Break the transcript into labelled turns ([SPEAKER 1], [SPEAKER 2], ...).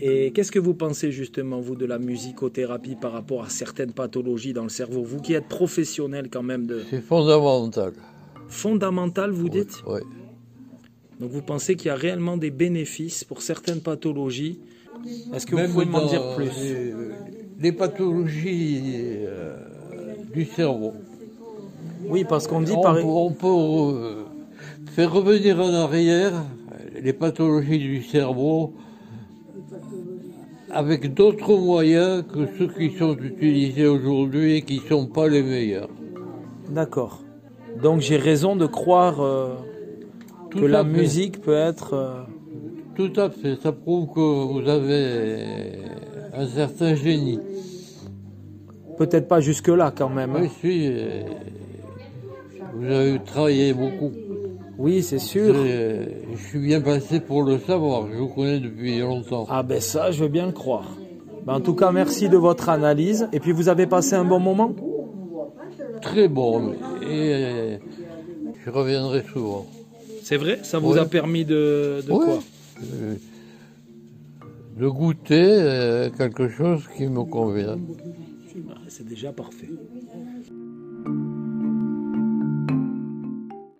[SPEAKER 1] Et qu'est-ce que vous pensez justement, vous, de la musicothérapie par rapport à certaines pathologies dans le cerveau Vous qui êtes professionnel quand même de...
[SPEAKER 2] C'est fondamental.
[SPEAKER 1] Fondamental, vous dites
[SPEAKER 2] Oui.
[SPEAKER 1] Donc vous pensez qu'il y a réellement des bénéfices pour certaines pathologies Est-ce que
[SPEAKER 2] Même
[SPEAKER 1] vous pouvez m'en
[SPEAKER 2] dans
[SPEAKER 1] dire plus
[SPEAKER 2] Les, euh, les pathologies euh, du cerveau.
[SPEAKER 1] Oui, parce qu'on dit
[SPEAKER 2] on,
[SPEAKER 1] par...
[SPEAKER 2] peut- on peut euh, faire revenir en arrière les pathologies du cerveau avec d'autres moyens que ceux qui sont utilisés aujourd'hui et qui ne sont pas les meilleurs.
[SPEAKER 1] D'accord. Donc j'ai raison de croire euh,
[SPEAKER 2] Tout
[SPEAKER 1] que la
[SPEAKER 2] à fait.
[SPEAKER 1] musique peut être... euh,
[SPEAKER 2] Tout à fait, ça prouve que vous avez un certain génie.
[SPEAKER 1] Peut-être pas jusque-là quand même. hein.
[SPEAKER 2] Oui, si, euh, vous avez travaillé beaucoup.
[SPEAKER 1] Oui, c'est sûr.
[SPEAKER 2] Euh, Je suis bien placé pour le savoir, je vous connais depuis longtemps.
[SPEAKER 1] Ah ben ça, je veux bien le croire. Ben, en tout cas, merci de votre analyse. Et puis vous avez passé un bon moment
[SPEAKER 2] Très bon, et euh, je reviendrai souvent.
[SPEAKER 1] C'est vrai Ça
[SPEAKER 2] vous a
[SPEAKER 1] permis de,
[SPEAKER 2] Ouais. Euh, De goûter euh, quelque chose qui me convient.
[SPEAKER 1] C'est déjà parfait.